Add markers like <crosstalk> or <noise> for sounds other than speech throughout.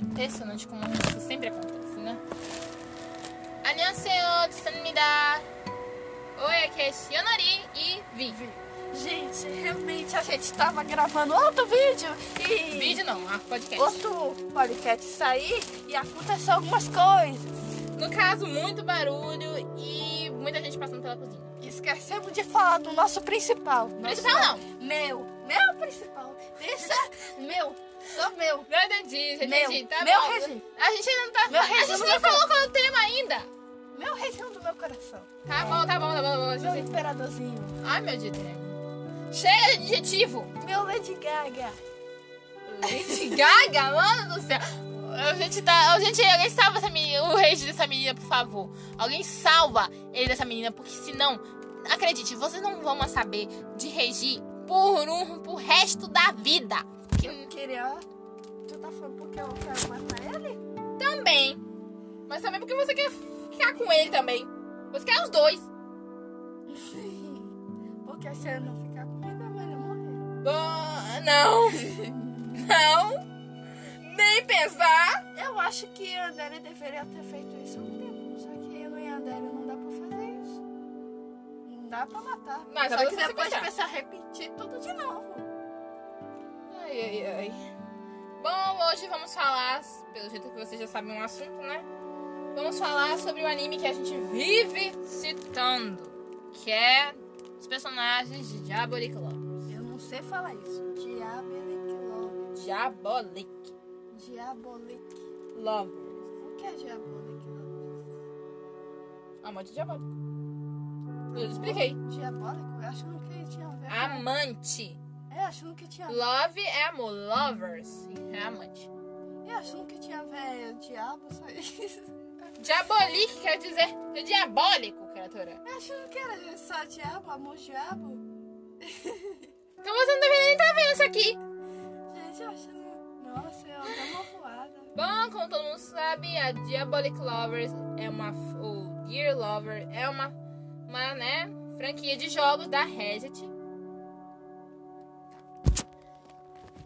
impressionante né? como isso sempre acontece, né? 안녕하세요, 주선입니다. Oi, aqui é Shionori e Vi. Gente, realmente a gente tava gravando outro vídeo e Vídeo não, ah, podcast. outro podcast sair e aconteceu algumas coisas. No caso, muito barulho e muita gente passando pela cozinha. Esquecemos de falar do nosso principal. Nosso- Principal não. Meu, meu principal. Deixa meu, só meu. Não entendi, já Meu, entendi. Tá meu bom. resumo. A gente ainda não tá. Meu a gente resumo nem não falou qual é o tema ainda. Meu reizinho do meu coração. Tá bom, tá bom, tá bom, tá bom. Meu gente. imperadorzinho. Ai, meu Deus. Cheia de adjetivo. Meu Lady Gaga. Lady Gaga, mano do céu. A gente tá. A gente, alguém salva essa menina, o rei dessa menina, por favor. Alguém salva ele dessa menina, porque senão, acredite, vocês não vão mais saber de Regi por um pro resto da vida. Que Queria. Tu tá falando porque eu quero matar ele? também. Mas também porque você quer ficar com ele também. Você quer os dois. Porque se eu não ficar comigo, eu vou morrer. Ah, não. <laughs> Não. Nem pensar. Eu acho que a André deveria ter feito isso há um tempo. Só que eu e a André não dá pra fazer isso. Não dá pra matar. Mas dá só pra que você depois sequestrar. começar a repetir tudo de novo. Ai, ai, ai. Bom, hoje vamos falar, pelo jeito que vocês já sabem um assunto, né? Vamos falar sobre o anime que a gente vive citando, que é os personagens de Diabolic Love. Eu não sei falar isso. Diabolic Love. Diabolic Diabolic. Love. O que é Diabolic Love? Amante diabólico. Eu já expliquei. Diabólico? Eu acho que nunca tinha a ver. Ah, com- Amante. Eu acho que nunca tinha a ver. Love é amor. Lovers é amante. Eu acho que nunca tinha a ver. Diabo, só isso. <laughs> Diabolic quer dizer é diabólico, criatura. Eu acho que era só diabo, amor diabo. Então você não deveria nem estar vendo isso aqui. Gente, eu acho. Nossa, eu dei uma voada. Bom, como todo mundo sabe, a Diabolic Lovers é uma. O Dear Lover é uma, uma né, franquia de jogos da Reddit.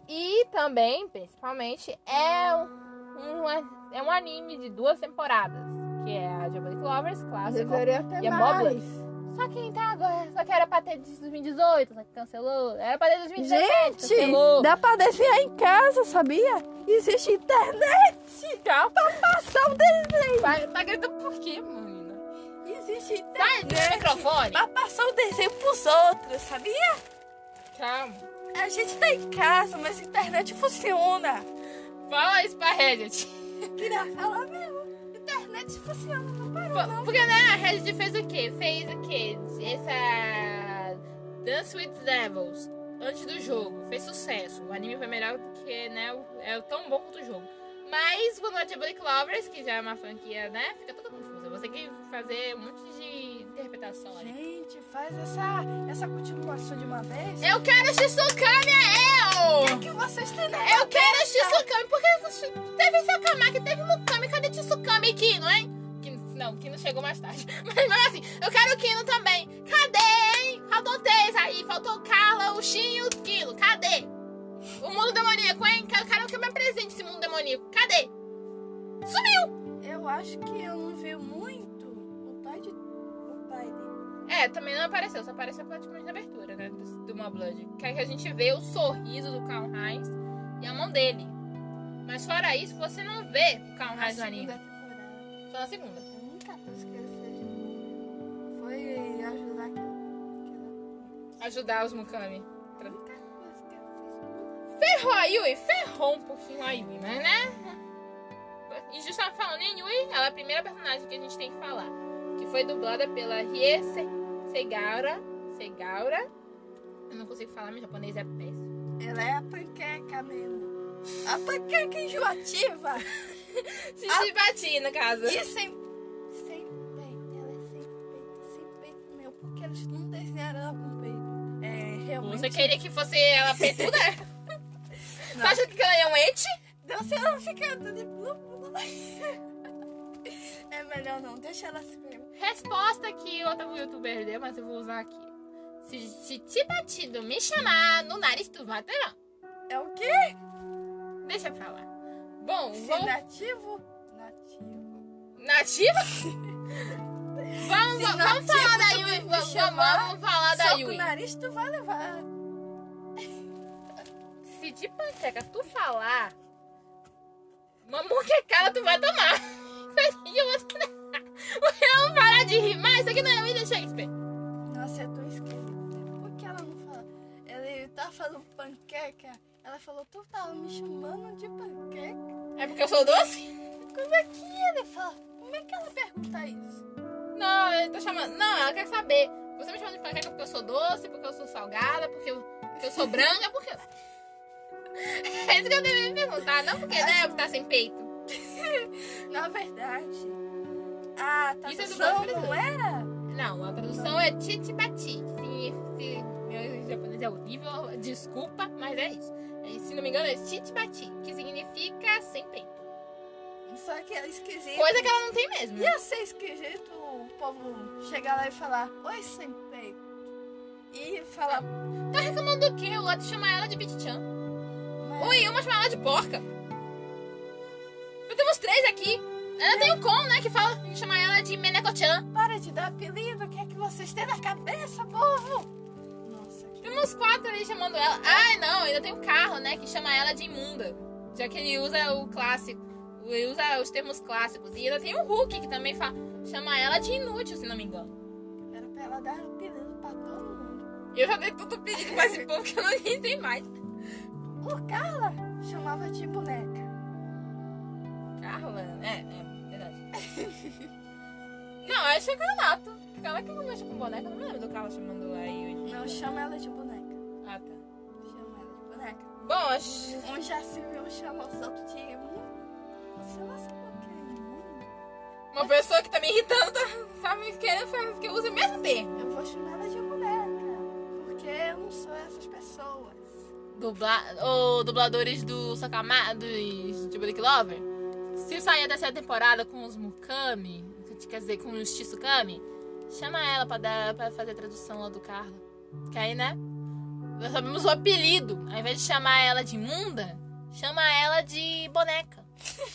E também, principalmente, é um, um- é um anime de duas temporadas. Que é a Diabolic Lovers, clássico. ter E é mais. Só que então agora, só que era pra ter de 2018, só que cancelou. Era pra ter de 2017, cancelou. dá pra desenhar em casa, sabia? Existe internet! Dá pra passar o desenho! Tá, tá gritando por quê, menina? Tá Existe internet! Sai do microfone! Pra passar o desenho pros outros, sabia? Calma. A gente tá em casa, mas a internet funciona! Fala isso pra Reddit. Queria falar mesmo! Internet funciona, não parou! Po- Porque né, a Reddit fez o quê? Fez o quê? Essa. Dance with Devils. Antes do jogo. Fez sucesso. O anime foi melhor porque, né? o- É tão bom quanto o jogo. Mas quando é Diabolic Lovers, que já é uma franquia, né? Fica toda confusa. Você tem que fazer um monte de interpretação ali. Gente, faz essa, essa continuação de uma vez. Eu quero Shisukami, é eu! É que vocês têm na Eu quero Shisukami, porque essa- teve Sakama, que teve Mukami, cadê Tsukami e Kino, hein? Kino, não, Kino chegou mais tarde. <laughs> Mas, mas assim, eu quero o Kino também. Cadê, hein? Faltou três aí, faltou Carla, o Shin e o Kilo, cadê? O mundo demoníaco, hein? Quero, quero que eu me apresente esse mundo demoníaco, cadê? Sumiu! Eu acho que eu não vi muito o pai de. O pai dele. É, também não apareceu, só apareceu praticamente na abertura, né, do, do Mob Blood. Que é que a gente vê o sorriso do Karl Heinz e a mão dele. Mas fora isso, você não vê o Karl Heinz no Na anime. segunda temporada. Só na segunda. A única coisa que ele fez foi ajudar aquela. aquela- ajudar os Mukami. A única coisa que ele Ferrou a Yui, ferrou um pouquinho a Yui, mas né? E justamente falando em Yui, ela é a primeira personagem que a gente tem que falar. Que foi dublada pela Rie Se- Segaura. Segaura. Eu não consigo falar, meu japonês é péssimo. fez. Ela é a panqueca mesmo. A panqueca enjoativa! Se bati, no caso. E é sem, sem peito, ela é sem peito, sem peito meu, porque eles não desenharam ela com peito. É, realmente. Você queria que fosse ela peituda? <laughs> Não. Você acha que ela é um ente? Não, Então, se ela ficar toda blu, blu, <laughs> blu. É melhor não, deixa ela se ver. Resposta que o outro youtuber deu, mas eu vou usar aqui. Se, se te batido me chamar no nariz, tu vai ter, ó. É o quê? Deixa pra lá. Bom, Se vamos. nativo, <laughs> nativo. Nativa? vamos, Se vamos falar nativo daí, também Yui. me Vamos, chamar, vamos falar da Só com o Yui. nariz tu vai levar. Se de panqueca tu falar, uma moquecada tu vai tomar. <laughs> Eu vou- Eu vou parar de rir mais. Isso aqui não é William Shakespeare. Nossa, eu tô esquecendo. Por que ela não fala? Ele tá falando panqueca. Ela falou, tu tava me chamando de panqueca. É porque eu sou doce? Como é que ele fala? Como é que ela pergunta isso? Não, eu tô chamando. Não, ela quer saber. Você me chama de panqueca porque eu sou doce, porque eu sou salgada, porque eu, porque eu <laughs> sou branca, porque. <laughs> É isso que eu devia me perguntar. Não porque, né? Porque tá sem peito. Na verdade, a Isso é do tradução Banco não era? Não, a tradução é chichibati. Se, se meu japonês é horrível, desculpa, mas é isso. E, se não me engano, é chichibati, que significa sem peito. Só que é esquisito. Coisa que ela não tem mesmo. Ia ser esquisito o povo chegar lá e falar, oi, Senpei. E falar, Tá reclamando do quê? O outro chama ela de bitchan. "Mas Oi, uma chama ela de porca. Eu temos três aqui. Ela tem o com, né? Que fala que chama ela de menecochan. para de dar apelido, o que é que vocês têm na cabeça, povo? Nossa, que... Temos quatro ali chamando ela. Ai, não, ainda tem o carro, né? Que chama ela de imunda. Já que ele usa o clássico. Ele usa os termos clássicos. E ainda tem o Hulk, que também fala, chama ela de inútil, se não me engano. Era pra ela dar apelido pra todo mundo. Eu já dei tudo pedido pra esse povo que eu não nem tem mais. O Carla chamava de boneca. Carla, é, é verdade. não, é chocolate. Carla que não mexe com boneca, não lembro do Carla chamando aí hoje. Não, chama ela de boneca. Ah, tá. Chama ela de boneca. Bom, acho- Um já se viu chamar os outros de... "Hum, Você não sabe o que é hum? uma pessoa que tá me irritando tá, tá me querendo fazer que eu use o mesmo termo. Eu vou chamar ela de boneca. Porque eu não sou essas pessoas. Dubla... Ou dubladores do Sakama... dos de Black Lover. Se sair dessa temporada com os Mukami, quer dizer, com os Shitsukami, chama ela pra, dar, pra fazer a tradução lá do Carla. Que aí, né? Nós sabemos o apelido. Ao invés de chamar ela de imunda, chama ela de boneca. <laughs>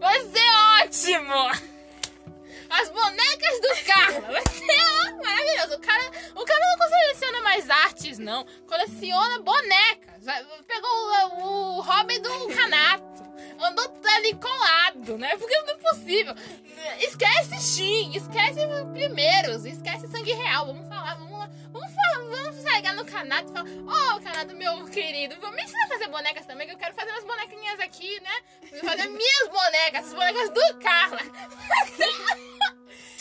Vai ser ótimo! As bonecas do Carla. Vai ser ó- maravilhoso. O cara, o cara não coleciona mais artes, não. Coleciona bonecas. Vai- Pegou o, o hobby do canato. Andou ali colado, né? Porque não é possível. Esquece Shin, esquece primeiros, esquece sangue real. Vamos falar, vamos lá. Vamos falar, vamos chegar no canato e falar, ô canato, meu querido, me ensina a fazer bonecas também, que eu quero fazer umas bonequinhas aqui, né? Vou fazer minhas bonecas, as bonecas do Carla.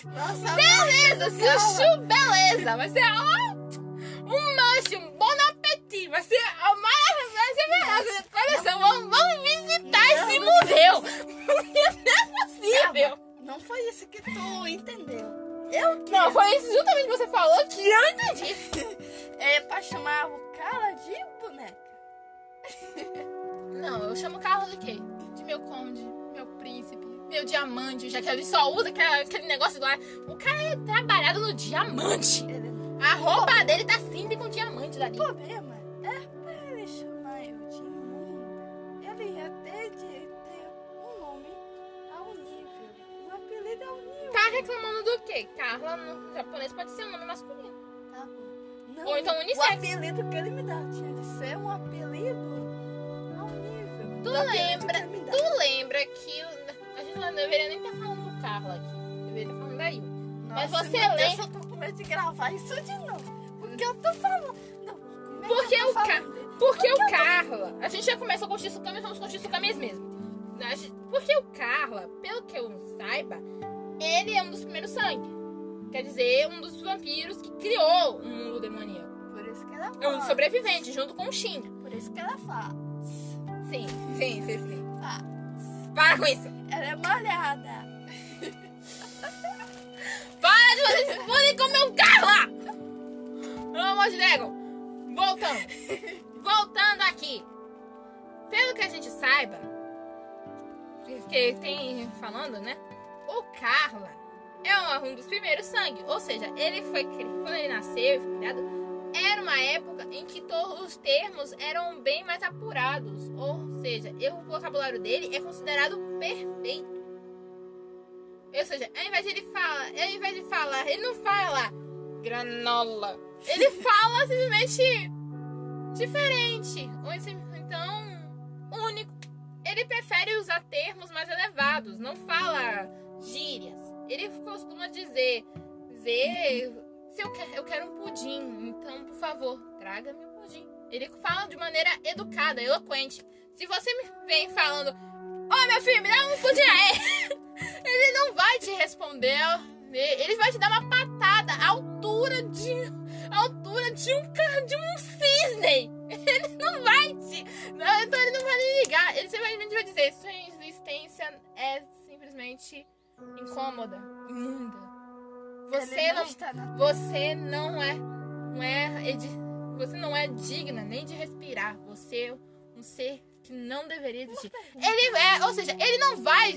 Nossa, Beleza, chuchu, beleza. Vai ser ótimo. Um lanche, um bom apetite. Vai ser a maravilha, vai ser maravilhosa. Coleção, vamos, vamos visitar Não, esse não museu. Não é possível. Calma, Não foi isso que tu entendeu. Eu que Não, foi isso justamente que você falou que eu entendi. é pra chamar o cara de boneca. Não, eu chamo o Carlos de quê? De meu conde, meu príncipe, meu diamante, já que ele só usa aquela- aquele negócio lá. O cara é trabalhado no diamante. Ele A roupa dele tá cinta e com diamante dali. O problema é pra ele chamar eu de imunda. Ele ia ter de ter um nome ao nível. Um apelido ao nível. Tá reclamando do quê? Carla no japonês pode ser um nome masculino. Tá bom. Não, Ou então o unissex. apelido que ele me dá tinha de ser um apelido ao nível. Tu do apelido lembra, que ele me dá. tu lembra que o- a gente não deveria nem estar falando do Carla aqui. Deveria estar falando da Yuri. Mas Nossa, você meu Deus, lembra- Eu tô com medo de gravar isso de novo. Porque eu tô falando. Não, como é que Porque eu tô o ca- falando? Porque o Carla, a gente já começou com o Shitsukami, vamos com o Shitsukami mesmo. A gente- Porque o Carla, pelo que eu saiba, ele é um dos primeiros sangue. Quer dizer, um dos vampiros que criou o mundo demoníaco. Por isso que ela É fala. um sobrevivente, junto com o Shin. Por isso que ela fala. Sim, sim, sim, sim. Ah, Para com isso. ela é malhada. Para de fazer esse bullying com meu Carla! Pelo amor de Deus! Voltando! Voltando aqui! Pelo que a gente saiba, que tem falando, né? O Carla é um- um dos primeiros sangue. Ou seja, ele foi cri- quando ele nasceu e foi criado, Era uma época em que todos os termos eram bem mais apurados, ou seja, o vocabulário dele é considerado perfeito. Ou seja, ao invés de ele falar, ao invés de falar, ele não fala granola. Ele fala simplesmente diferente, ou esse- então único. Ele prefere usar termos mais elevados, não fala gírias. Ele costuma dizer, dizer se eu, que- eu quero um pudim, então, por favor, traga-me um pudim. Ele fala de maneira educada, eloquente. Se você me vem falando, ó meu filho, me dá um pudim aí, <laughs> ele não vai te responder. e- Ele vai te dar uma patada à altura de, à altura de um ca- de um cisne. <laughs> Ele não vai te. não, então ele não vai nem ligar. Ele simplesmente vai dizer: sua existência é simplesmente incômoda, imunda. Você Ele não está na você não é, não é edi- você não é digna nem de respirar. Você é um ser que não deveria existir. Ele é, ou seja, ele não vai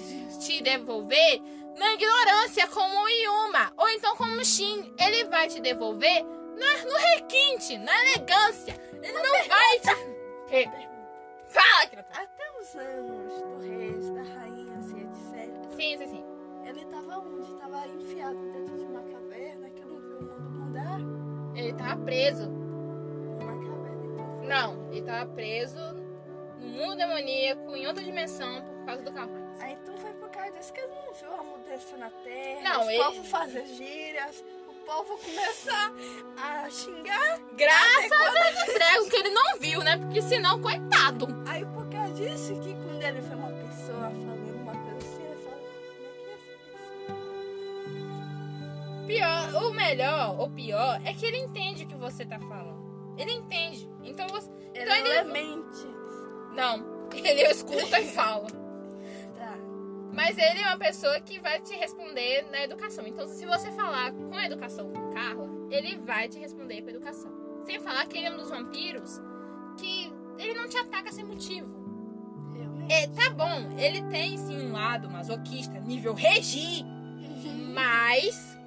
te devolver na ignorância como o Yuma, ou então como o Shin. Ele vai te devolver na- no requinte, na elegância. Ele não vai te. Fala, Kira. Até os anos do rei, da rainha, assim, etc. Sim, sim, sim. Ele tava onde? Tava enfiado dentro de uma caverna que não viu o mundo mudar. Ele tava preso. Uma caverna então. Não, ele tava preso no mundo demoníaco, em outra dimensão, por causa do Kalhai. Aí então foi por causa disso que ele não viu a mudança na terra. Não, o ele- povo fazer gírias, o povo começar a xingar. Graças a Deus, Drago, que ele não viu, né? Porque senão, coitado. Aí por causa disso que quando ele vê uma pessoa falando uma coisa assim, ele fala, como é que é essa pessoa? Pior, o melhor, o pior, é que ele entende o que você tá falando. Ele entende. Então você. Ele Então ele- é mente. Não, <laughs> ele escuta e fala. Tá. Mas ele é uma pessoa que vai te responder na educação. Então, se você falar com a educação com Carla, ele vai te responder com a educação. Sem falar que ele é um dos vampiros que ele não te ataca sem motivo. Realmente. É, tá bom, ele tem sim um lado masoquista, nível regi, Uhum. mas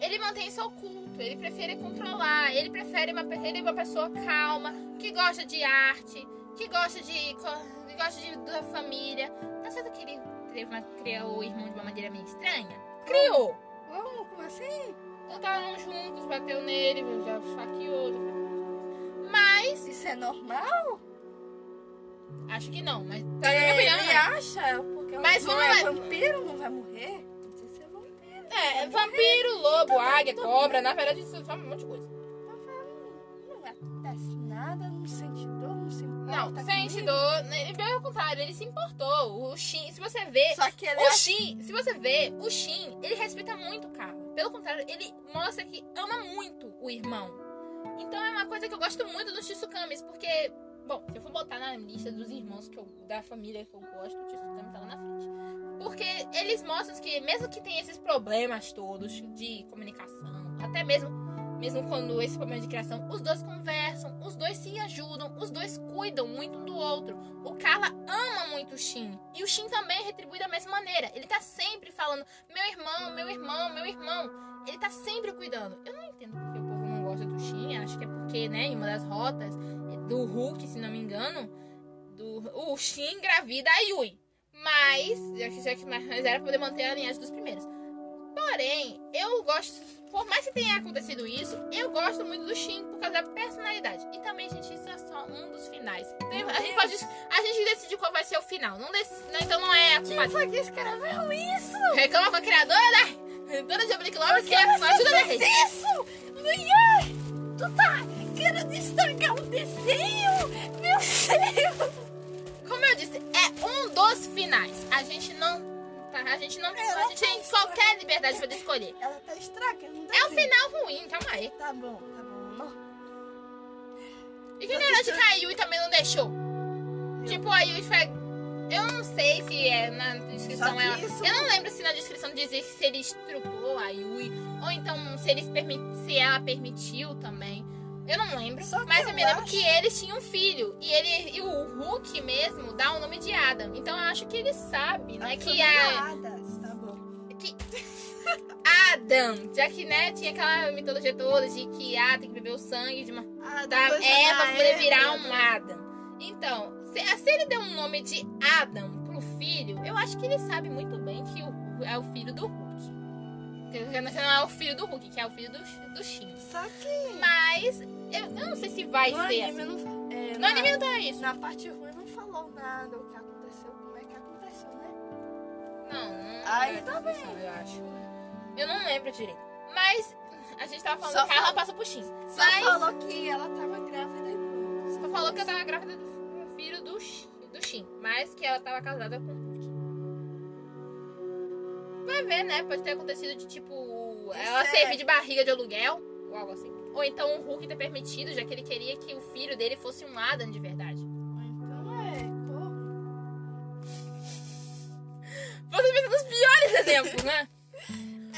ele mantém isso oculto, ele prefere controlar, ele prefere uma, pe- ele é uma pessoa calma, que gosta de arte, que gosta de. co- que gosta de, da família. Tá certo que ele teve uma, criou o irmão de uma maneira meio estranha? Criou! Vamos, como assim? Andaram juntos, bateu nele, já esfaqueou, já fez um monte de coisa. Mas, Isso é normal? acho que não, mas. Tá na minha Ele opinião, não é. acha, porque Mas não vamos é lá. vampiro, não vai morrer. Não sei se é vampiro. É, vampiro, lobo, águia, cobra, na verdade isso é um monte de coisa. Não acontece nada, não sente dor, não se importa Não, sente comigo. dor. Ele, pelo contrário, ele se importou. O Shin, se você vê. Só que ele O acha Shin, se você vê, o Shin, ele respeita muito o Carla. Pelo contrário, ele mostra que ama muito o irmão. Então é uma coisa que eu gosto muito dos Shisukamis, porque, bom, se eu for botar na lista dos irmãos que eu, da família que eu gosto, o Shizukami tá lá na frente. Porque eles mostram que, mesmo que tenha esses problemas todos de comunicação, até mesmo, mesmo quando esse problema de criação, os dois conversam, os dois se ajudam, os dois cuidam muito um do outro. O Carla ama muito o Shin. E o Shin também retribui da mesma maneira. Ele tá sempre falando: meu irmão, meu irmão, meu irmão. Ele tá sempre cuidando. Eu não entendo porque o povo não gosta do Shin. Acho que é porque, né, em uma das rotas do Hulk, se não me engano, do, o Shin engravida a Yui. Mas, já que, já que mas era pra poder manter a linhagem dos primeiros. Porém, eu gosto. Por mais que tenha acontecido isso, eu gosto muito do Shin por causa da personalidade. E também, gente, isso é só um dos finais. Tem- a gente pode. A gente decide qual vai ser o final. Não dec- não, então não é a culpa. Quem foi que escreveu isso? Reclama com a criadora da. Dona de Oblique Lovers, que é a Matilda da Rede. Isso! Mulher! Tu tá querendo estragar o desenho? Meu Deus! Como eu disse, é um dos finais. A gente não. tá? A gente não. É, A gente tem qualquer liberdade pra escolher. Ela tá estragando o É um desenho. final ruim, calma aí. Tá bom, tá bom. Não. E que ignorante é- que a Yui também não deixou. Tipo, a Yui foi. Eu não sei se é na descrição Só que ela. isso- Eu não lembro se na descrição dizia se ele estrupou a Yui. Ou então se, eles permi... se ela permitiu também. Eu não lembro. Só que Mas eu eu me lembro acho- que eles tinham um filho. E ele. E o Hulk mesmo dá o nome de Adam. é Tá Então eu acho que <laughs> ele sabe, né? Que a. Nada. Tá bom. Que... Ah, Adão. Já que, né, tinha aquela mitologia toda de que ah, tem que beber o sangue de uma Ah, da depois Eva da pra poder Eva. Tá, virar um Adam. Então, se, se ele deu um nome de Adam pro filho, eu acho que ele sabe muito bem que o- é o filho do Hulk. Que Não é o filho do Hulk, que é o filho do, do Shin. Só que. Mas eu, eu não sei se vai no ser anime assim. não. fa- É, No na, anime não tá isso. na parte ruim não falou nada o que aconteceu, como é que aconteceu, né? Não, não. Aí é tá dessa versão, Eu acho. Eu não lembro direito. Mas a gente tava falando Só que ela fala- passa pro Shin. Só Mas falou que ela tava grávida e pronto. só falou que eu tava grávida do filho do, Shi- do Shin. Mas que ela tava casada com o Hulk. Vai ver, né? Pode ter acontecido de tipo. De Ela ser- servir de barriga de aluguel ou algo assim. Ou então o Hulk ter permitido, já que ele queria que o filho dele fosse um Adam de verdade. Então é. Como? Você pensa nos piores exemplos, né?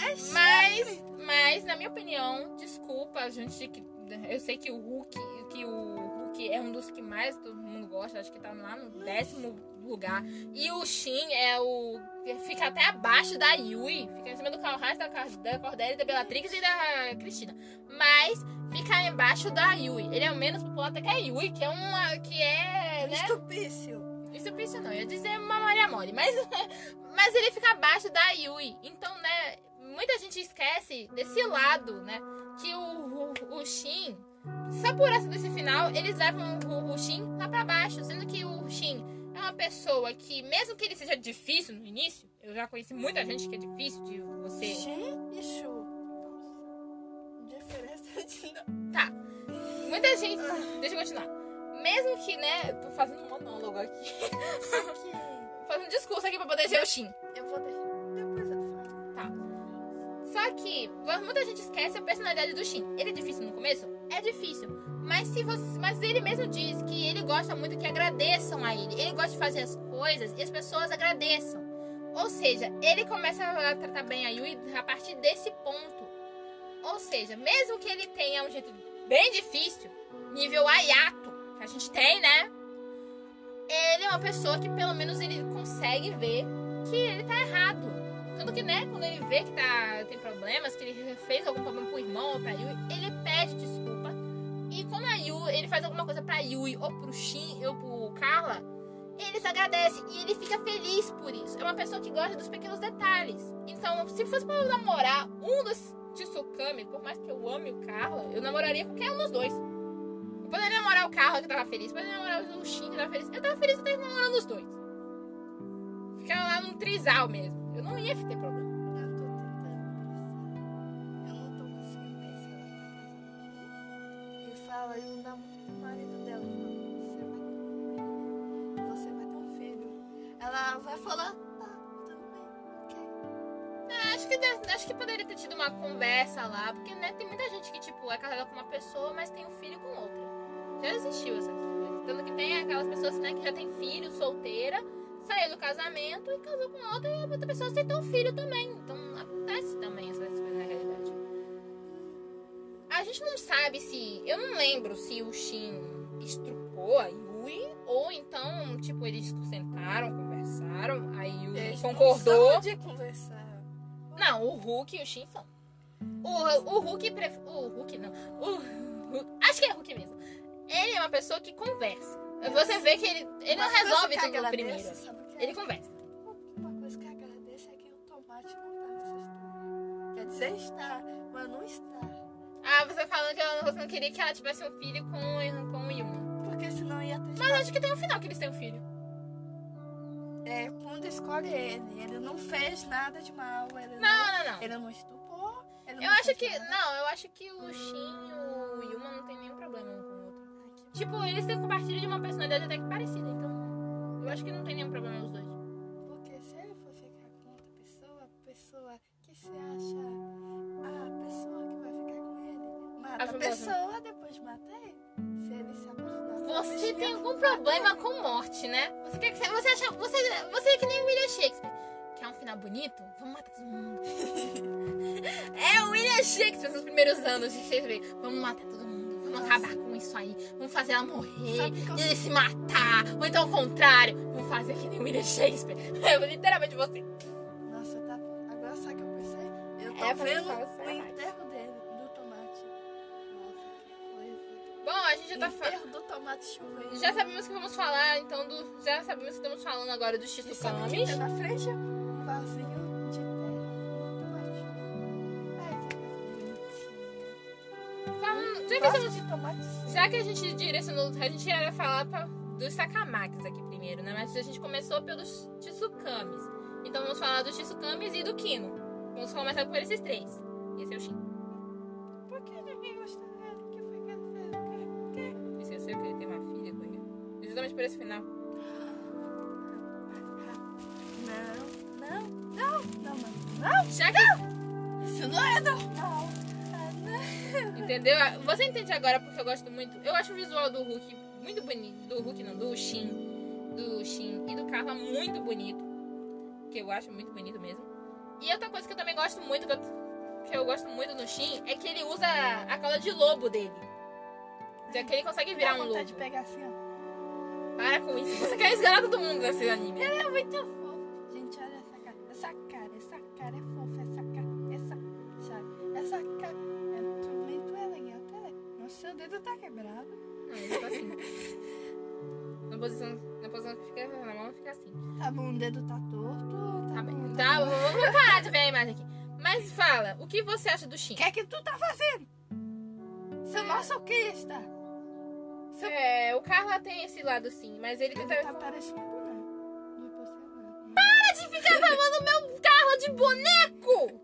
É chato. Mas, mas, na minha opinião, desculpa, gente, que eu sei que o Hulk, que o Hulk é um dos que mais todo mundo gosta, acho que tá lá no décimo lugar. E o Shin é o. fica até abaixo da Yui, fica em cima do Calhaz, da, Car- da Cordélia, da Bellatrix e da Cristina. Mas fica embaixo da Yui. Ele é o menos popular até que a Yui, que é uma. que é. né? Estupício. Isso eu penso não, eu ia dizer uma Maria Mole, mas, <laughs> mas ele fica abaixo da Yui. Então, né, muita gente esquece desse lado, né? Que o, o, o Shin, só por essa desse final, eles levam o, o Shin lá pra baixo. Sendo que o Shin é uma pessoa que, mesmo que ele seja difícil no início, eu já conheci muita gente que é difícil de você. Gente, Chu. Diferença de nome. Muita gente. Deixa eu continuar. Mesmo que, né, tô fazendo um monólogo aqui, <laughs> Só que fazendo um discurso aqui pra poder ser o Shin. eu vou deixar. Depois eu falo. Só que muita gente esquece a personalidade do Shin. Ele é difícil no começo? É difícil. Mas se você, mas ele mesmo diz que ele gosta muito que agradeçam a ele. Ele gosta de fazer as coisas e as pessoas agradeçam. Ou seja, ele começa a tratar bem a Yui a partir desse ponto. Ou seja, mesmo que ele tenha um jeito bem difícil, nível Ayato, que a gente tem, né? Ele é uma pessoa que pelo menos ele consegue ver que ele tá errado. Tanto que, né, quando ele vê que tá, tem problemas, que ele fez algum problema pro irmão ou pra Yui, ele pede desculpa. E quando a Yui, ele faz alguma coisa pra Yui, ou pro Shin, ou pro Carla, eles agradecem e ele fica feliz por isso. É uma pessoa que gosta dos pequenos detalhes. Então, se fosse pra eu namorar um dos Tsukami, por mais que eu ame o Carla, eu namoraria qualquer um dos dois. Eu poderia namorar o Carla que tava feliz, poderia namorar o Shin que tava feliz. Eu tava feliz eu até namorando os dois. Ficava lá num trisal mesmo. Eu não ia ter problema. Eu tô tentando pensar. Eu não tô conseguindo pensar. Ela tá casada comigo. E fala, e o nam- o marido dela fala: Você vai ter um filho. Você vai ter um filho. Ela vai falar: Tá, tudo bem, Acho que, deve- acho que poderia ter tido uma conversa lá, porque né, tem muita gente que, tipo, é casada com uma pessoa, mas tem um filho com outra. Já existiu essas coisas. Tanto que tem aquelas pessoas né, que já tem filho, solteira, saiu do casamento e casou com outra, e a outra pessoa aceitou um filho também. Então acontece também essas coisas na realidade. A gente não sabe se. Eu não lembro se o Shin estrupou a Yui, ou então, tipo, eles sentaram, conversaram, a Yui ok. concordou. de conversar. Não, o Hulk e o Shin são. O, o Hulk. Pref... O Hulk não. O, Hulk- acho que é Hulk mesmo. Ele é uma pessoa que conversa. Você vê que ele, ele não Uma coisa resolve que tudo no agradece, primeiro. sabe o que é? Ele conversa. Uma coisa que agradeço é que o tomate não tá nessa história. Quer dizer, está, mas não está. Ah, você falando que ela- você não queria que ela tivesse um filho com, com o Yuma. Porque senão ia ter. Mas acho que tem um final que eles têm um filho. É, quando escolhe ele, ele não fez nada de mal. Ele não, Não, não, não. ele não estuprou. ele Eu não acho fez que. nada. Não, eu acho que o Shin e o Yuma não tem nenhum problema um com o outro. Tipo, eles têm compartilho de uma personalidade até que parecida, então. Eu acho que não tem nenhum problema os dois. Porque se ele for ficar com outra pessoa, a pessoa que se acha a pessoa que vai ficar com ele, mata Ajuda, a pessoa, depois mata ele. Se ele se apaixonar por uma Você besteira, tem algum mata problema ele. com morte, né? Você quer que você acha, você, você é que nem William Shakespeare. Quer um final bonito? Vamos matar todo mundo. <laughs> é o William Shakespeare nos primeiros anos de Shakespeare. Vamos matar todo mundo. Vamos acabar com isso aí. Vamos fazer ela morrer Sabe que eu- e ele se matar. Ou então ao contrário, vamos fazer <laughs> que nem William Shakespeare. É literalmente você. Nossa, tá. Agora só que eu pensei, eu Tô É, pra vendo falar o sacanagem. enterro dele, do tomate. Nossa, que coisa. Bom, a gente já tá falando. enterro do tomate chuveiro. Já sabemos que vamos falar, então, do... já sabemos que estamos falando agora dos Tinta Shisukamis. na frente, um vasinho de terra. Ai, que coisa bonitinha. Falando... Já que Vaso estamos de tomate seco. Já que a gente direcionou, a gente ia falar pra- dos Sakamakis aqui primeiro, né? Mas a gente começou pelos Tsukamis. Então vamos falar dos Tsukamis e do Kino. Vamos começar por esses três. Esse é o Shin. Por que ninguém gosta dela? O que foi que ela fez? O quê? Esse é o seu que ele tem uma filha com ele. Justamente por esse final. Não, não, não, não, mano. Não, Já que. isso não é normal. Ah, não. Entendeu? Você entende agora porque eu gosto muito. Eu acho o visual do Hulk muito bonito. Do Hulk não, do Shin. Do Shin e do Carla muito bonito. Que eu acho muito bonito mesmo. E outra coisa que eu também gosto muito, que eu, que eu gosto muito no Shin, é que ele usa a cola de lobo dele. Então, é que ele consegue virar Dá um vontade lobo. de pegar assim, ó. Para com isso. Você quer esganar todo mundo nesse anime. Ele é muito fofo. Gente, olha essa cara. Essa cara, essa cara é fofa. Essa cara, essa, sabe? Essa cara é muito elegante. Ela é... Nossa, seu dedo tá quebrado. Não, ele tá <laughs> assim. Na posição, na posição que fica na mão, fica assim. Tá bom, o dedo tá torto. Tá, Tá bem. bom, Tá, bom. vamos parar de ver a imagem aqui. Mas fala, o que você acha do Shin? O que é que tu tá fazendo? Seu masoquista. É, o Carla tem esse lado sim, mas ele tenta. Ele tá parecendo né? um boneco. Não posso falar. Para de ficar falando meu Carla de boneco!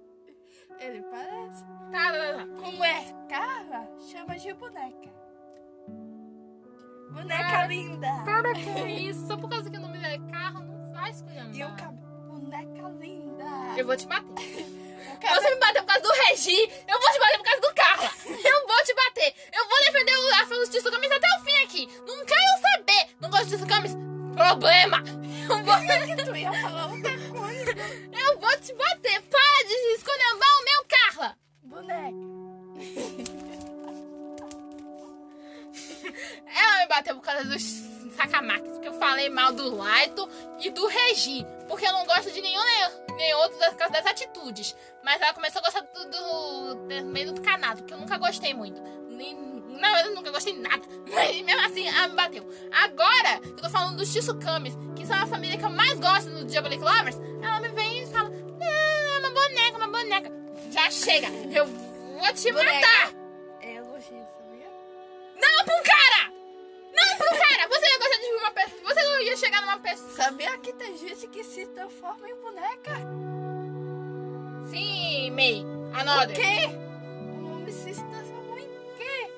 Ele parece. Tá, tá, tá. Como é cara, chama de boneca. Boneca Cara, linda. Para <laughs> com isso, só por causa que o nome dela é Carla, não faz coisa E o cabelo. Boneca linda. Eu vou te bater. O cabelo. Você me bateu por causa do Regi, eu vou te bater por causa do Carla. Eu vou te bater. Eu vou defender o Afro dos Tissucamis até o fim aqui. Não quero saber. Não gosto de Tissucamis? Problema. Eu <laughs> vou, que tu ia falar outra coisa. eu vou te bater. Para de escolhambar o meu Carla. Boneca. Ela me bateu por causa dos sacamakis, porque eu falei mal do Laito e do Regi, porque eu não gosto de nenhum nem, nem outro das- por causa das atitudes. Mas ela começou a gostar do, do, do meio do canato, que eu nunca gostei muito. Nem, na verdade, eu nunca gostei de nada. <laughs> Mas mesmo assim, ela me bateu. Agora, que eu tô falando dos Shisukamis, que são a família que eu mais gosto do Diabolic Lovers, ela me vem e fala: "Ah, é uma boneca, uma boneca. Já chega, eu vou te Boneca. matar! É elogio, sabia? Não pro cara! Não pro cara! Você ia gostar de uma pessoa. Você não ia chegar numa pessoa. Sabia que tem gente que se transforma em boneca? Sim, May. O Another. quê? O um homem se transformou em quê?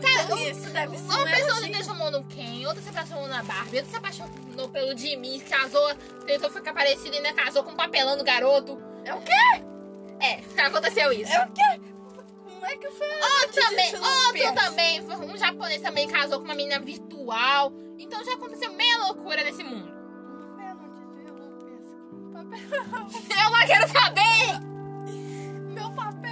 Cara, Então, isso deve ser uma um pessoa se elogio. transformou no Ken, outra se apaixonou na Barbie, outra se apaixonou pelo Jimmy, casou, tentou ficar parecido e ainda casou com um papelão do garoto. É o quê? É, <laughs> aconteceu isso. É o quê? Como é que foi? Outro também, disso no outro PS? também, um japonês também casou com uma menina virtual. Então já aconteceu meia loucura nesse mundo. <laughs> Foi a noite de eu papelão. Eu não quero saber! Meu papel.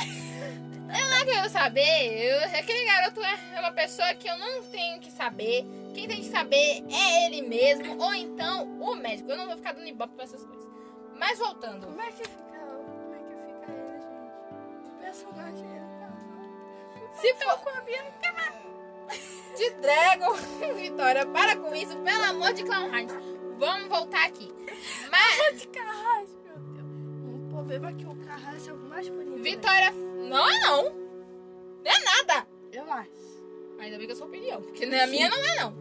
Eu não quero saber. eu- aquele garoto é uma pessoa que eu não tenho que saber. Quem tem que saber é ele mesmo, ou então o médico. Eu não vou ficar dando ibope pra essas coisas. Mas voltando. Como é que fica? Como é que fica ele, gente? O personagem ele tá. Se for com a Bianca. <laughs> De Dragon, <laughs> Vitória, para com isso, pelo amor de Clown Hines. Vamos voltar aqui. Mas, De Carras, meu Deus. O problema é que o Carras é o mais bonito. Vitória. Não é não. Não é nada. Eu acho. Ainda bem que é sua opinião, porque na minha não é não.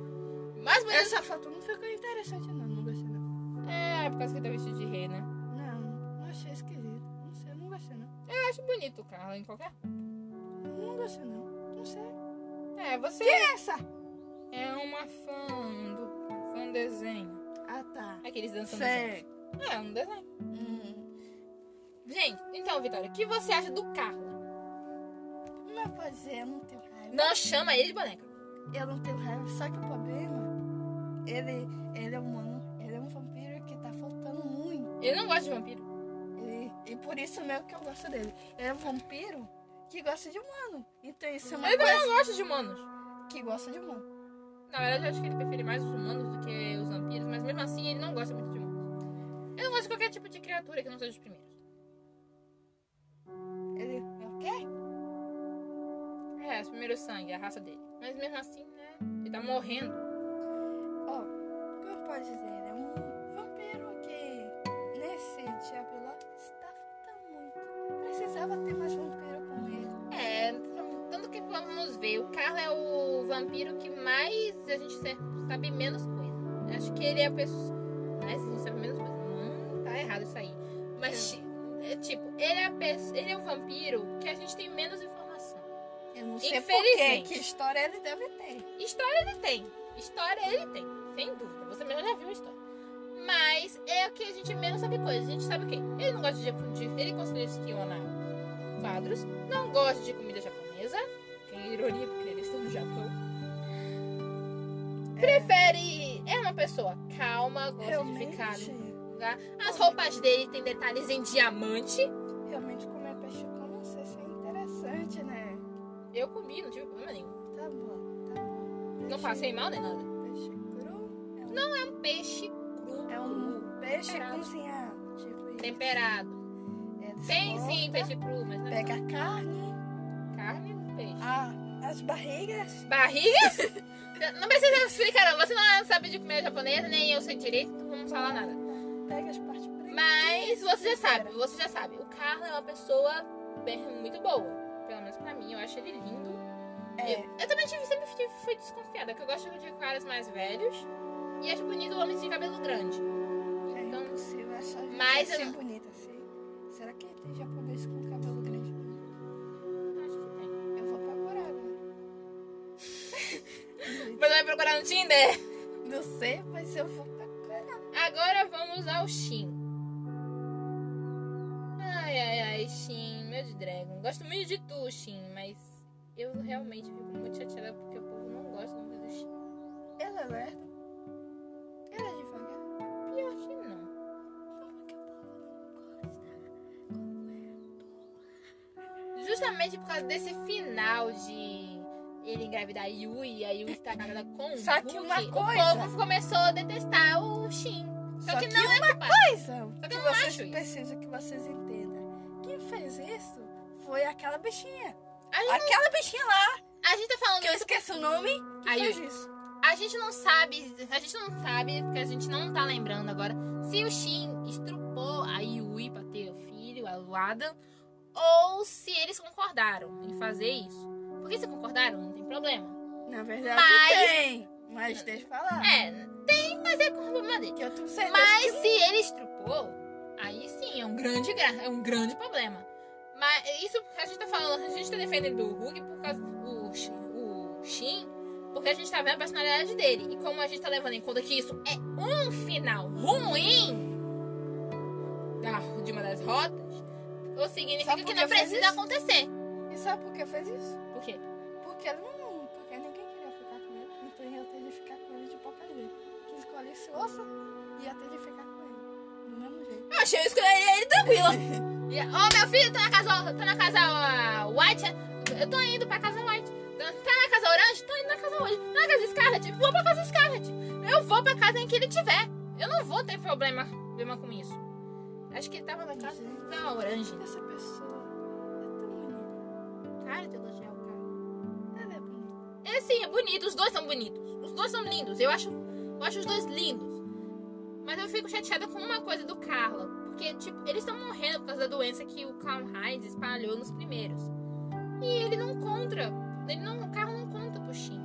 Mas, mas Essa foto não ficou interessante, não. Não gostei, não. É, por causa que tá vestido de rei, né? Não, não achei esquisito. Não sei, não gostei, não. Eu acho bonito o Carla em qualquer. Não gostei, não. Não sei. É, você. Quem é essa? É uma fã do fã desenho. Ah, tá. Aqueles dançando. Sei. junto. É, um desenho. Hum. Gente, então, Vitória, o que você acha do carro? Não pode ser, eu não tenho raiva. Não chama ele de boneca. Eu não tenho raiva, só que o problema, ele, ele é humano, ele é um vampiro que tá faltando muito. Ele não gosta de vampiro. Ele- e por isso mesmo que eu gosto dele. Ele é um vampiro que gosta de humano. Então isso é uma Ele também coisa não gosta de humanos. que gosta de humano. Na verdade, eu acho que ele prefere mais os humanos do que os vampiros, mas mesmo assim ele não gosta muito de humanos. Eu não gosto de qualquer tipo de criatura que não seja os primeiros. Ele é o quê? É, os primeiros sangue, a raça dele. Mas mesmo assim, né? Ele tá morrendo. Ó, como pode dizer, né? Um vampiro que né, nesse Diablo está faltando muito. Precisava ter mais vampiro com ele. É, tanto que vamos ver. O Carlos é o vampiro que mais a gente se- sabe menos coisa. Acho que ele é a pessoa. Mas a gente sabe menos coisa. Hum, tá errado isso aí. Mas, ti- é, tipo, ele é, a pessoa, ele é o vampiro que a gente tem menos informação. Eu não sei porquê, Infelizmente. que história ele deve ter. História ele tem. História ele tem. Sem dúvida. Você mesmo já viu a história. Mas é o que a gente menos sabe coisa. A gente sabe o quê? Ele não gosta de japonês. Ele coleciona quadros. Não gosta de comida japonesa. Que é ironia, porque eles estão no Japão. É. Prefere. É uma pessoa calma, gosta de Realmente, ficar né? no lugar. As roupas dele tem detalhes em diamante. realmente comer peixe com não sei se é interessante, né? Eu comi, não tive problema nenhum. Tá bom, tá bom. Não passei mal nem nada. Peixe cru É é um, um peixe cru. é um peixe temperado. cozinhado. Tipo, isso. Temperado. É, Tem desmonta, sim peixe cru, mas não é Pega a carne, Carne ou peixe? a, as barrigas. Barrigas? <laughs> não precisa explicar, não. Você não sabe de comida japonesa, nem eu sei direito, então vamos falar nada. Pega as partes pretas. Mas você já sabe, você já sabe. O Carlos é uma pessoa bem- muito boa. Pelo menos pra mim, eu acho ele lindo. É, Eu, eu também tive, sempre tive- fui desconfiada, que eu gosto de caras mais velhos. E acho bonito homens de cabelo grande. é Então, impossível achar gente mas eu assim não- bonita assim. Será que tem japonês com cabelo grande? acho que tem. Eu vou procurar agora. Mas vai procurar no Tinder? Não sei, mas eu vou procurar. Agora vamos ao Shin. Ai, ai, ai, Shin, meu de Dragon. Gosto muito de tu, Shin, mas eu realmente fico muito chateada porque o povo não gosta muito do Shin. Ele é lerdo. Ele é devagar. Pior que não. Justamente por causa desse final de ele engravidar a Yui e a Yui tá casada com o Só que Hulk, uma O coisa- povo começou a detestar o Shin. Só, que, não é culpa. coisa Só que que eu não vocês acho isso. precisam que vocês entendam. Quem fez isso foi aquela bichinha. A gente, Aquela bichinha lá, a gente tá falando que eu isso esqueci o nome, que Aí fez eu- isso. A gente não sabe, a gente não sabe, porque a gente não tá lembrando agora, se o Shin estrupou a Yui pra ter o filho, a Luada, ou se eles concordaram em fazer isso. Porque se concordaram, não tem problema. Na verdade Mas- tem, mas deixa eu falar. É, tem, mas é com problema dele. Que eu tenho certeza Mas que se ele estrupou, aí sim, é um grande, gra- é um grande problema. Mas isso a gente tá falando, a gente tá defendendo o Hulk por causa do Shin, o Shin, porque a gente tá vendo a personalidade dele. E como a gente tá levando em conta que isso é um final ruim da, de uma das rotas, o significa Sabe por que que não fez precisa isso? acontecer. E sabe por que fez isso? Por quê? Porque ele não. Porque ninguém queria ficar com ele. Então ia ter de ficar com ele de qualquer jeito. Que escolhesse osso, ia ter de ficar com ele. Do mesmo jeito. Eu achei eu escolheria ele tranquila. E, Ô meu filho, tá na casa, tá na casa ah, White. Eu tô indo pra casa White. Tá na casa Orange? Tô indo na casa Orange. Tá na casa Scarlet? Vou pra casa Scarlet. Eu vou pra casa em que ele tiver. Eu não vou ter problema, problema com isso. Acho que ele tava na casa Gente. da Orange. <laughs> Essa pessoa é tão bonita. Cara, de elogiar o cara. Ela é bonita. É sim, é bonito. Os dois são bonitos. Os dois são lindos. Eu acho, eu acho os dois lindos. Mas eu fico chateada com uma coisa do Carla. Porque, tipo, eles estão morrendo por causa da doença que o Carl Heinz espalhou nos primeiros. E ele não contra. Ele não, o Carl não conta pro Shin.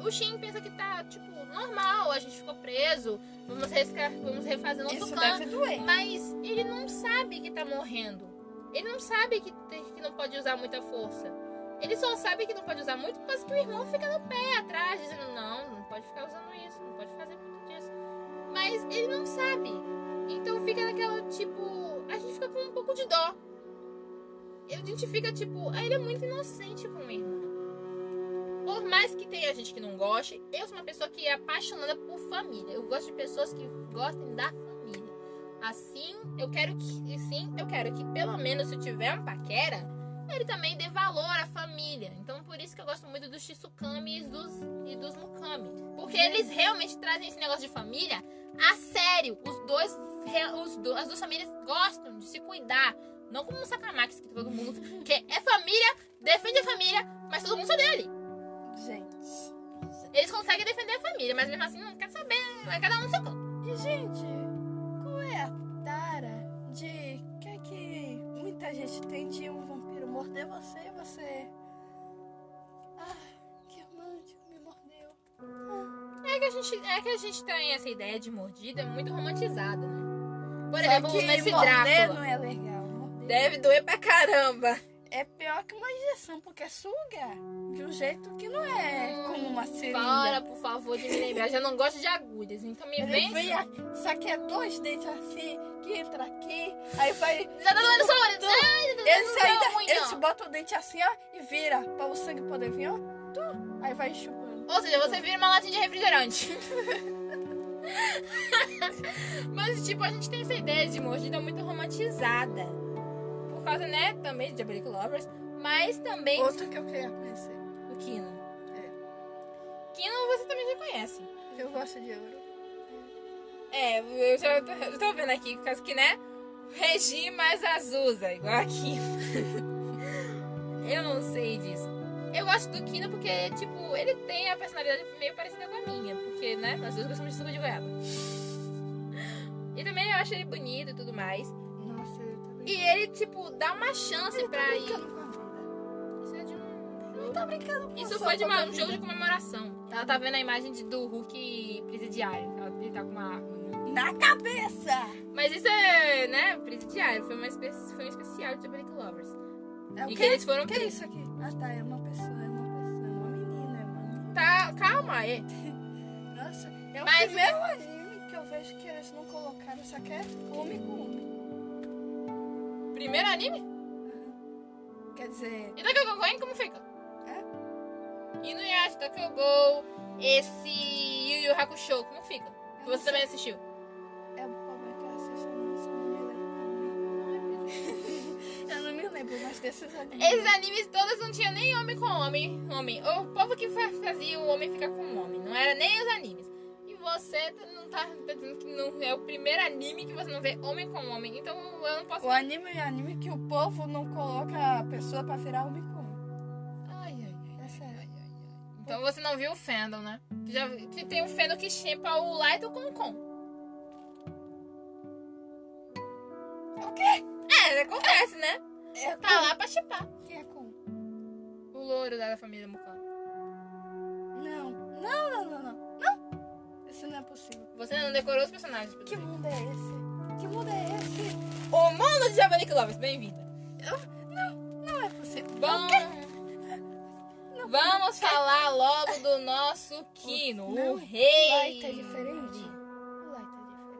O Shin pensa que tá, tipo, normal. A gente ficou preso. Vamos, resca- vamos refazer nosso Isso plano. deve doer. Mas ele não sabe que tá morrendo. Ele não sabe que, tem- que não pode usar muita força. Ele só sabe que não pode usar muito por causa que o irmão fica no pé atrás, dizendo: não, não pode ficar usando isso, não pode fazer muito disso. Mas ele não sabe. Então fica naquela tipo. A gente fica com um pouco de dó. A gente fica tipo. ah, Ele é muito inocente com o irmão. Por mais que tenha gente que não goste, eu sou uma pessoa que é apaixonada por família. Eu gosto de pessoas que gostem da família. Assim, eu quero que. Sim, eu quero que pelo menos se tiver um paquera, ele também dê valor à família. Então, por isso que eu gosto muito dos Shitsukami e dos, e dos Mukami. Porque eles realmente trazem esse negócio de família a sério. Os dois, re- os do- as duas famílias gostam de se cuidar. Não como um Sakamakis que todo mundo. Que é família, defende a família, mas todo mundo só dele. Gente. Eles conseguem defender a família, mas mesmo assim não quer saber. Vai cada um no seu canto. E, gente, qual é a tara de que é que muita gente tem de um vampiro morder você e você... Ah, que romântico, me mordeu. É que a gente, é que a gente tem essa ideia de mordida muito romantizada, né? Por Só exemplo, que nesse morder Drácula. não é legal. morder Deve doer pra caramba. É pior que uma injeção, porque suga de um jeito que não é Hum, como uma Para, seringa. por favor, de me lembrar. Eu já não gosto de agulhas, então me vem. Ele vem a- Só que é dois dentes assim, que entra aqui, aí vai... Já tá doendo só o olho. Ai, não Eles doeu ainda, muito, eles não. botam o dente assim, ó, e vira, pra o sangue poder vir, ó, tu, aí vai chupando. Ou seja, você vira uma latinha de refrigerante. <laughs> Mas, tipo, a gente tem essa ideia de mordida muito romantizada. Por causa, né, também de Diabolic Lovers. Mas também Outro que eu queria conhecer. do Kino. Kino você também já conhece. Eu gosto de euro. É, eu já tô, eu tô vendo aqui, por causa que, né? Regi mais Azusa, igual aqui. <laughs> eu não sei disso. Eu gosto do Kino porque, tipo, ele tem a personalidade meio parecida com a minha. Porque, né? Nós duas gostamos de suco de goiaba. <laughs> E também eu acho ele bonito e tudo mais. Nossa, eu também. E ele, tipo, dá uma chance pra ir. tá brincando com a Isso vida. é de um- Tá brincando com Isso sua foi de uma- própria um jogo de vida. comemoração. Ela tá vendo a imagem de- do Hulk presidiário. Ela- Ele tá com uma arma. né? Na cabeça! Mas isso é, né, presidiário. Foi, uma espe- foi um especial de Diabolic Lovers. É o E que quê? eles foram O que é isso aqui? Ah tá, é uma pessoa, é uma pessoa, é uma menina, é uma menina. Tá, calma. É, Nossa, é o Mas- primeiro anime que eu vejo que eles não colocaram, só que é homem com homem. primeiro anime? Aham. Quer dizer, E Tokyo Ghoul, hein? Como fica? É? Inuyasha, Tokyo Ghoul, esse Yu Yu Hakusho, como fica? eu Que não você também sei. assistiu. É o pobre que assiste, eu não sou- não me lembro. <laughs> Eu não me lembro mais desses animes. Esses animes todos não tinha nem homem com homem. homem. O povo que fa- fazia o homem ficar com o homem. Não era nem os animes. E você não tá tá dizendo que não é o primeiro anime que você não vê homem com homem. Então eu não posso. O anime é anime que o povo não coloca a pessoa pra virar homem com homem. Ai, ai, ai. É sério. Então você não viu o Fendel, né? Que, já, que tem um Fendel que chimpa o Light com o Con. O quê? É, acontece, né? É Tá com. lá pra chipar. Quem é com? O louro da família Mukan. Não. Não, não, não, não. Não! Isso não é possível. Você não decorou os personagens. Que mundo é esse? Que mundo é esse? O mundo de Diabolic Lovers, bem-vinda. Não é possível. Bom, vamos falar logo do nosso Kino, Não, o o rei. Light é diferente. O light é diferente, o light é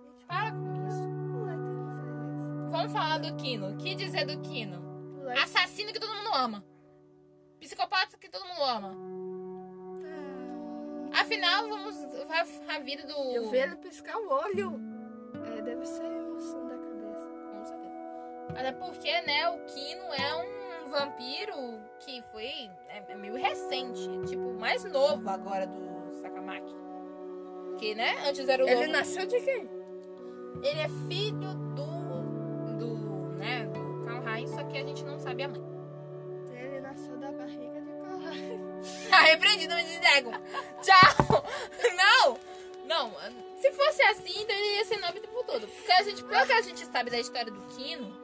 diferente. Para com isso. O light é diferente. Vamos falar do Kino. O que dizer do Kino? O light Assassino que todo mundo ama. Psicopata que todo mundo ama. tá- Afinal, vamos. A, a vida do. Eu vi ele piscar o olho. É, deve ser a emoção da cabeça. Com certeza. Até porque, né, o Kino é um vampiro que foi é, é meio recente, é tipo, mais novo agora do Sakamaki. Que, né, antes era o Ele lobo. nasceu de quem? Ele é filho do, do, né, do Kaohai, só que a gente não sabe a <laughs> mãe. Ele nasceu da barriga de Korra. Tá repreendido, me desnego. Tchau. Não. Não, se fosse assim, então ele ia ser nome o tempo todo. Porque a gente, pelo que a gente sabe da história do Kino,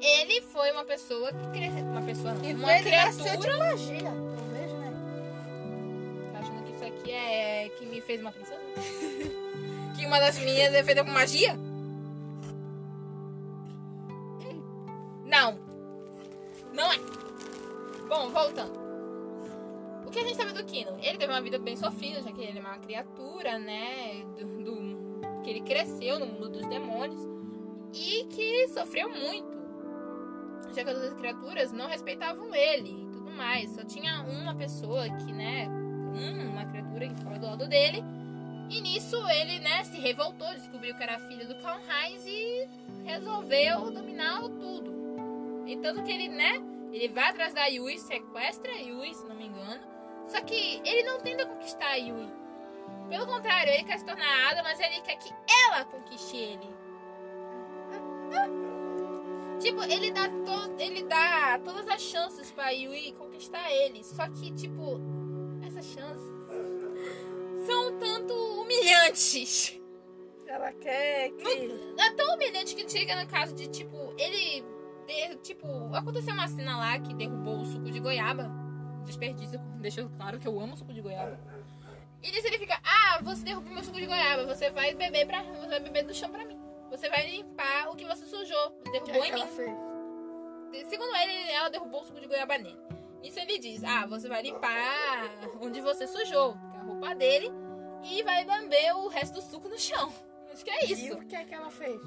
ele foi uma pessoa que cresceu... Uma pessoa não, Então uma ele nasceu criatura... de magia. Talvez, né? Tá achando que isso aqui é... Que me fez uma princesa? <laughs> que uma das minhas é feita com magia? Não. Não é. Bom, voltando. O que a gente tá sabe do Kino? Ele teve uma vida bem sofrida, já que ele é uma criatura, né? Do, do- que ele cresceu no mundo dos demônios e que sofreu muito. Já que as outras criaturas não respeitavam ele e tudo mais. Só tinha uma pessoa que, né? um- uma criatura que ficava do lado dele. E nisso ele, né, se revoltou, descobriu que era filho do Karl Heinz e resolveu dominar tudo. E tanto que ele, né? Ele vai atrás da Yui, sequestra a Yui, se não me engano. Só que ele não tenta conquistar a Yui. Pelo contrário, ele quer se tornar a Ada, mas ele quer que ela conquiste ele. Tipo, ele dá, to- ele dá todas as chances pra Yui conquistar ele. Só que, tipo, essas chances são um tanto humilhantes. Ela quer que. É tão humilhante que chega no caso de, tipo, ele. de- tipo, aconteceu uma cena lá que derrubou o suco de goiaba. Desperdício, <laughs> deixando claro que eu amo suco de goiaba. E nisso ele fica, ah, você derrubou meu suco de goiaba, você vai beber pra. Você vai beber do chão pra mim. Você vai limpar o que você sujou. Derrubou em mim. Segundo ele, ela derrubou o suco de goiaba nele. Isso ele diz: Ah, você vai limpar onde você sujou, que é a roupa dele, e vai lamber o resto do suco no chão. Acho que é E isso. o que é que ela fez?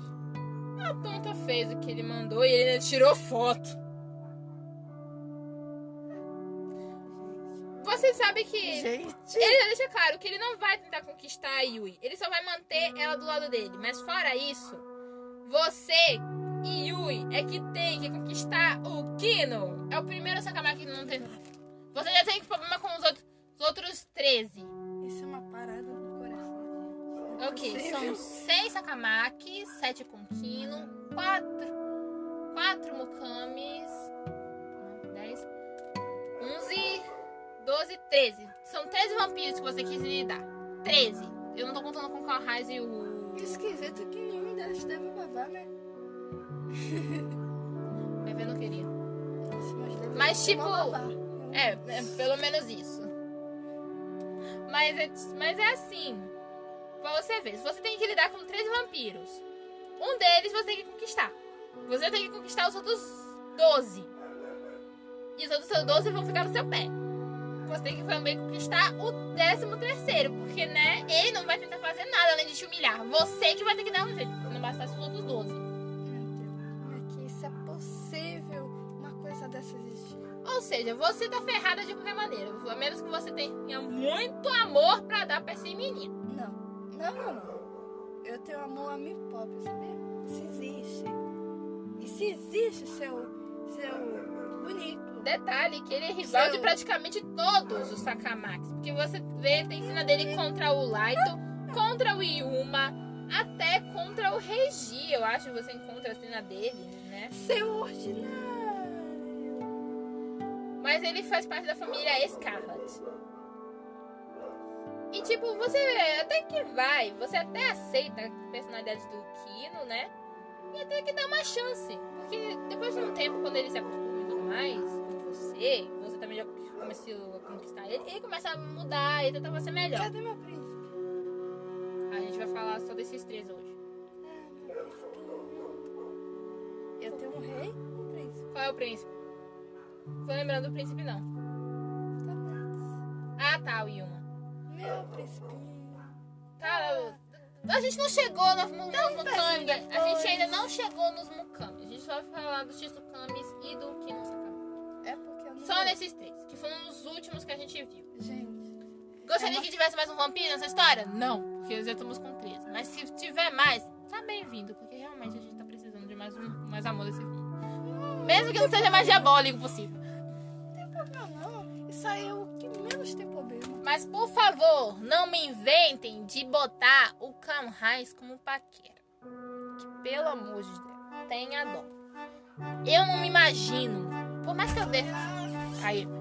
A tonta fez o que ele mandou e ele ainda tirou foto. Você sabe que. Gente. Ele já deixa claro que ele não vai tentar conquistar a Yui. Ele só vai manter ela do lado dele. Mas fora isso, você e Yui é que tem que conquistar o Kino. É o primeiro Sakamaki que não tem. Você já tem problema com os outros, os outros 13. Isso é uma parada no coração. é gente. Ok, são Possível. seis Sakamaki, sete com Kino, quatro, quatro Mukamis, dez, onze, doze, treze. São 13 vampiros que você quis lidar. 13. Eu não tô contando com o Kalhais e o... Esquisito que nenhum delas teve babá, né? Vai ver, não queria. Nossa, mas teve Mas, tipo, uma babá. É, é pelo menos isso. Mas é, mas é assim. Pra você ver, você tem que lidar com três vampiros. Um deles você tem que conquistar. Você tem que conquistar os outros 12. E os outros 12 vão ficar no seu pé. Você tem que também conquistar o décimo terceiro, porque, né, ele não vai tentar fazer nada além de te humilhar. Você que vai ter que dar um jeito, se não bastasse os outros 12. Meu Deus, como é que isso é possível? Uma coisa dessa existir. Ou seja, você tá ferrada de qualquer maneira. A menos que você tenha muito amor pra dar pra esse menino. Não, não, não, não. Eu tenho amor a mim própria, sabia? Isso existe. E se existe, seu. seu. bonito. Detalhe que ele é rival Seu- de praticamente todos os Sakamakis. Porque você vê, tem cena dele contra o Laito, contra o Yuma, até contra o Regi. Eu acho que você encontra a cena dele, né? Seu ordinário. Mas ele faz parte da família Scarlet. E tipo, você até que vai, você até aceita a personalidade do Kino, né? E até que dá uma chance. Porque depois de um tempo, quando ele se acostuma e tudo mais, com você, você também já começou a conquistar ele, ele começa a mudar, ele tenta ser melhor. Cadê meu príncipe? A gente vai falar só desses três hoje. Ah, meu príncipe. Eu tenho um rei e um príncipe. Qual é o príncipe? Tô lembrando do príncipe, não. Tá mais. Ah, tá, o Yuma. Meu príncipe. Cara, Tá, a gente não chegou nos, mu- nos Mukamis. tá assim, A gente pois. ainda não chegou nos Mukamis. A gente só vai falar dos Shisukamis e do Kino Sakamaki. É porque eu não. Só nesses três, que foram os últimos que a gente viu. Gente. Gostaria que tivesse mais um vampiro nessa história? Não, porque já estamos com três. Mas se tiver mais, tá bem-vindo, porque realmente a gente tá precisando de mais, um, mais amor nesse mundo. Mesmo que não seja mais diabólico possível. Não, não. Isso aí é o que menos tem problema. Mas por favor, não me inventem de botar o Cam Reis como paquera. Que pelo amor de Deus, tenha dó. Eu não me imagino. Por mais que eu dê. Aí,